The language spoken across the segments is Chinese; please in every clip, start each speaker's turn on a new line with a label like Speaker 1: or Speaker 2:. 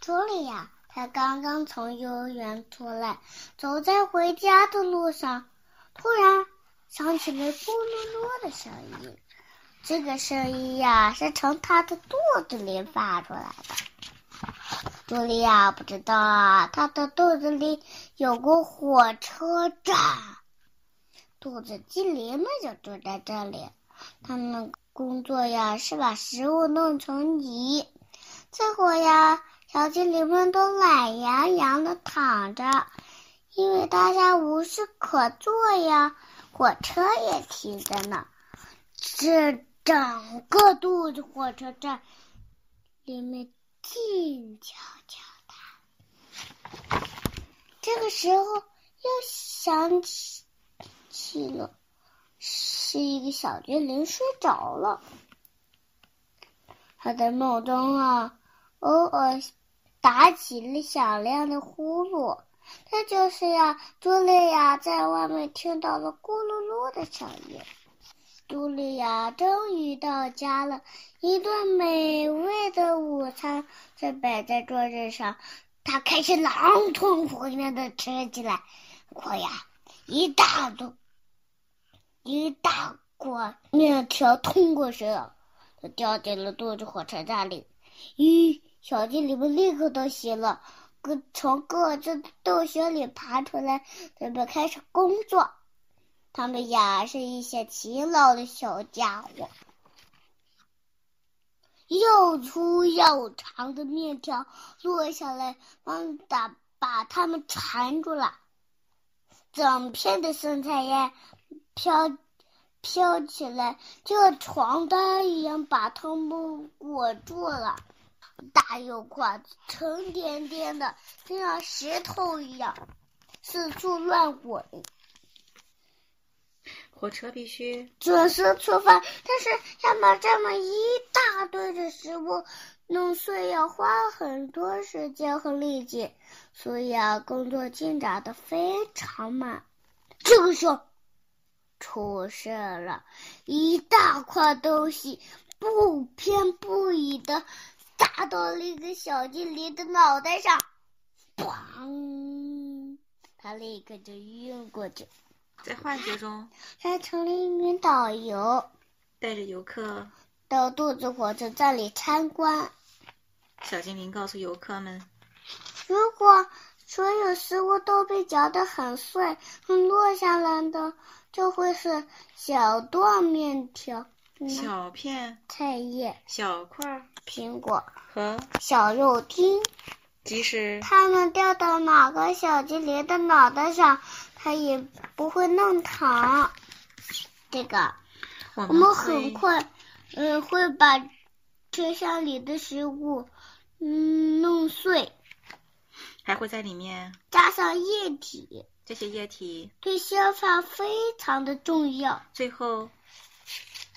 Speaker 1: 茱莉亚，她刚刚从幼儿园出来，走在回家的路上，突然响起了咕噜噜的声音。这个声音呀、是从她的肚子里发出来的。茱莉亚不知道啊，她的肚子里有个火车站，肚子精灵们就住在这里。他们工作呀是把食物弄成泥，这会呀，小精灵们都懒洋洋的躺着，因为大家无事可做呀。火车也停着呢，这整个肚子火车站里面静悄悄的。这个时候又响起起了。是一个小精灵睡着了，他在梦中啊，偶尔打起了响亮的呼噜，这就是呀、茱莉亚在外面听到了咕噜噜的声音。茱莉亚终于到家了，一顿美味的午餐正摆在桌子上，她开始狼吞虎咽的吃起来，快呀，一大顿。一大锅面条通过水冷，就掉进了肚子火车站里。咦，小精灵们立刻都醒了，各从各自的洞穴里爬出来，准备开始工作。他们呀是一些勤劳的小家伙，又粗又长的面条落下来，帮打把它们缠住了。整片的生菜叶飘飘起来，就像床单一样把他们裹住了。大又宽，沉甸甸的，就像石头一样，四处乱滚。
Speaker 2: 火车必须
Speaker 1: 准时出发，但是要把这么一大堆的食物弄碎，要花很多时间和力气，所以啊，工作进展的非常慢。这个时候出事了，一大块东西不偏不倚的砸到了一个小精灵的脑袋上，砰！他立刻就晕过去。
Speaker 2: 在幻觉中
Speaker 1: 他成了一名导游，
Speaker 2: 带着游客。
Speaker 1: 到肚子火车站里参观。
Speaker 2: 小精灵告诉游客们，
Speaker 1: 如果所有食物都被嚼得很碎，落下来的就会是小段面条、嗯
Speaker 2: 小片、
Speaker 1: 菜叶、
Speaker 2: 小块儿
Speaker 1: 苹果、
Speaker 2: 和
Speaker 1: 小肉丁。
Speaker 2: 即使
Speaker 1: 它们掉到哪个小精灵的脑袋上，它也不会弄疼。这个，
Speaker 2: 我
Speaker 1: 我们
Speaker 2: 会
Speaker 1: 很快，嗯，会把车厢里的食物，嗯，弄碎，
Speaker 2: 还会在里面，
Speaker 1: 加上液体。
Speaker 2: 这些液体
Speaker 1: 对消防非常的重要，
Speaker 2: 最后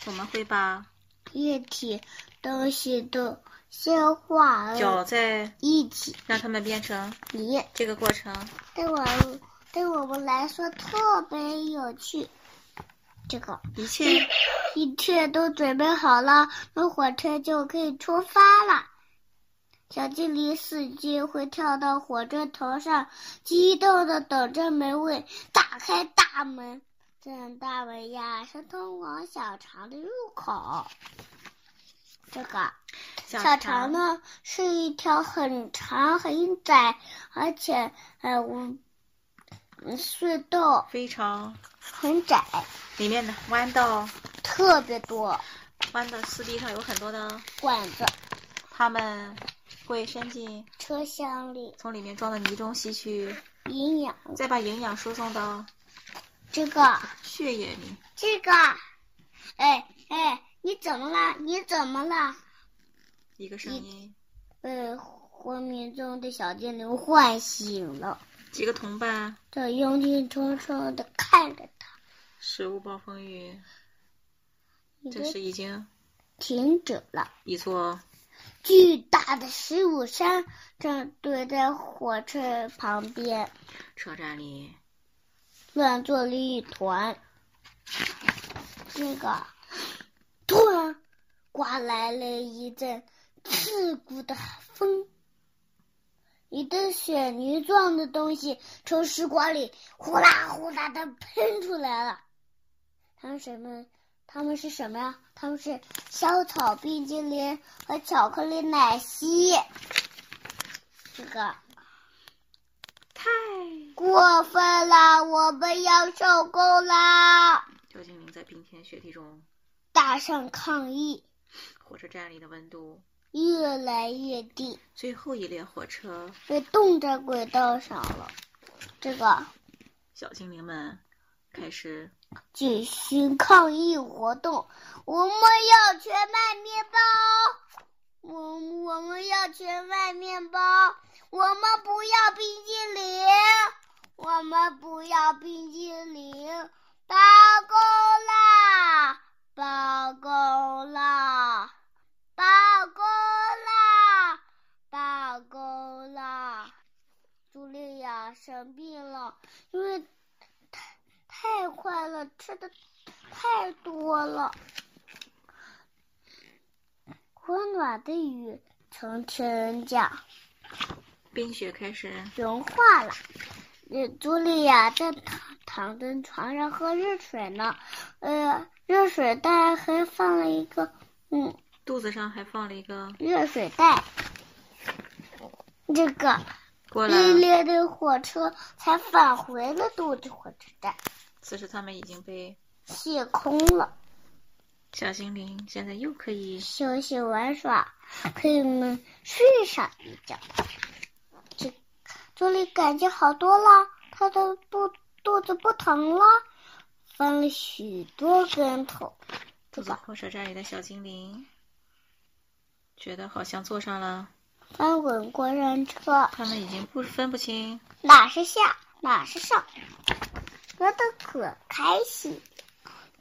Speaker 2: 我们会把
Speaker 1: 液体东西都消化
Speaker 2: 搅
Speaker 1: 而
Speaker 2: 在，
Speaker 1: 一起。
Speaker 2: 让它们变成
Speaker 1: 你
Speaker 2: 这个过程。
Speaker 1: 对我对我们来说特别有趣。这个
Speaker 2: 一切
Speaker 1: 一切都准备好了，那火车就可以出发了。小精灵司机会跳到火车头上，激动的等着美味。打开大门，这大门呀是通往小肠的入口。这个小肠
Speaker 2: 肠
Speaker 1: 呢是一条很长很窄，而且呃无嗯隧道
Speaker 2: 非常
Speaker 1: 很窄，
Speaker 2: 里面的弯道，
Speaker 1: 特别多
Speaker 2: 弯道四壁上有很多的，
Speaker 1: 管子。
Speaker 2: 它们会伸进
Speaker 1: 车厢里
Speaker 2: 从里面装的泥中吸取，
Speaker 1: 营养
Speaker 2: 再把营养输送到
Speaker 1: 这个
Speaker 2: 血液里。
Speaker 1: 这个，哎哎，你怎么了？你怎么了？
Speaker 2: 一个声音，
Speaker 1: 被昏迷中的小精灵唤醒了，
Speaker 2: 几个同伴，
Speaker 1: 这忧气忡忡的看着他，
Speaker 2: 食物暴风雨，
Speaker 1: 已
Speaker 2: 这时
Speaker 1: 经
Speaker 2: 已经
Speaker 1: 停止了。
Speaker 2: 一座
Speaker 1: 巨大的石虎山正堆在火车旁边，
Speaker 2: 车站里，
Speaker 1: 乱作了一团。这个突然刮来了一阵刺骨的风，一堆水泥状的东西从食管里呼啦呼啦的喷出来了。他们什么？他们是什么呀？他们是香草冰激凌和巧克力奶昔。这个
Speaker 2: 太
Speaker 1: 过分啦！我们要受够啦！
Speaker 2: 小精灵在冰天雪地中，
Speaker 1: 大声抗议，
Speaker 2: 火车站里的温度。
Speaker 1: 越来越低。
Speaker 2: 最后一列火车，
Speaker 1: 被冻在轨道上了。这个
Speaker 2: 小精灵们开始
Speaker 1: 举行抗议活动，我们要全麦面包，我我们要全麦面包，我们不要冰激凌，我们不要冰激凌，罢工啦，罢工啦，罢工啦，罢工啦！茱莉亚生病了，因为太太快了，吃的太多了。温暖的雨从天降，
Speaker 2: 冰雪开始
Speaker 1: 融化了。呃，茱莉亚正躺躺在床上喝热水呢，呃，热水袋还放了一个，嗯，
Speaker 2: 肚子上还放了一个
Speaker 1: 热水袋。这个
Speaker 2: 过来。
Speaker 1: 一列的火车才返回了肚子火车站，
Speaker 2: 此时他们已经被
Speaker 1: 卸空了。
Speaker 2: 小精灵现在又可以
Speaker 1: 休息玩耍，朋友们睡上一觉。这这里感觉好多了，他的肚肚子不疼了，翻了许多跟头。这
Speaker 2: 住在
Speaker 1: 个
Speaker 2: 火车站里的小精灵，觉得好像坐上了。
Speaker 1: 翻滚过山车，
Speaker 2: 他们已经不分不清
Speaker 1: 哪是下哪是上，玩的可开心。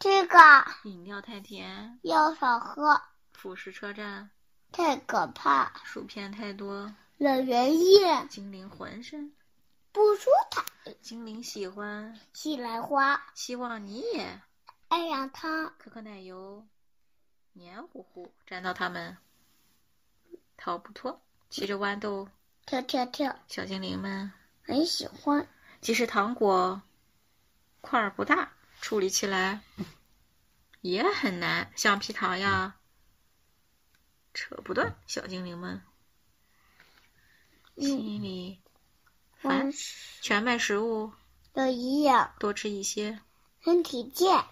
Speaker 1: 这个
Speaker 2: 饮料太甜，
Speaker 1: 要少喝，
Speaker 2: 腐蚀车站，
Speaker 1: 太可怕，
Speaker 2: 薯片太多，
Speaker 1: 惹人厌，
Speaker 2: 精灵浑身。
Speaker 1: 不舒坦。
Speaker 2: 精灵喜欢，
Speaker 1: 西兰花
Speaker 2: 希望你也。
Speaker 1: 爱上它。
Speaker 2: 可可奶油黏糊糊，粘到它们逃不脱。骑着豌豆，
Speaker 1: 跳跳跳，
Speaker 2: 小精灵们
Speaker 1: 很喜欢。
Speaker 2: 即使糖果块儿不大，处理起来也很难，橡皮糖呀扯不断。小精灵们心里
Speaker 1: 嗯
Speaker 2: 烦，全麦食物
Speaker 1: 有营养，
Speaker 2: 多吃一些，
Speaker 1: 身体健，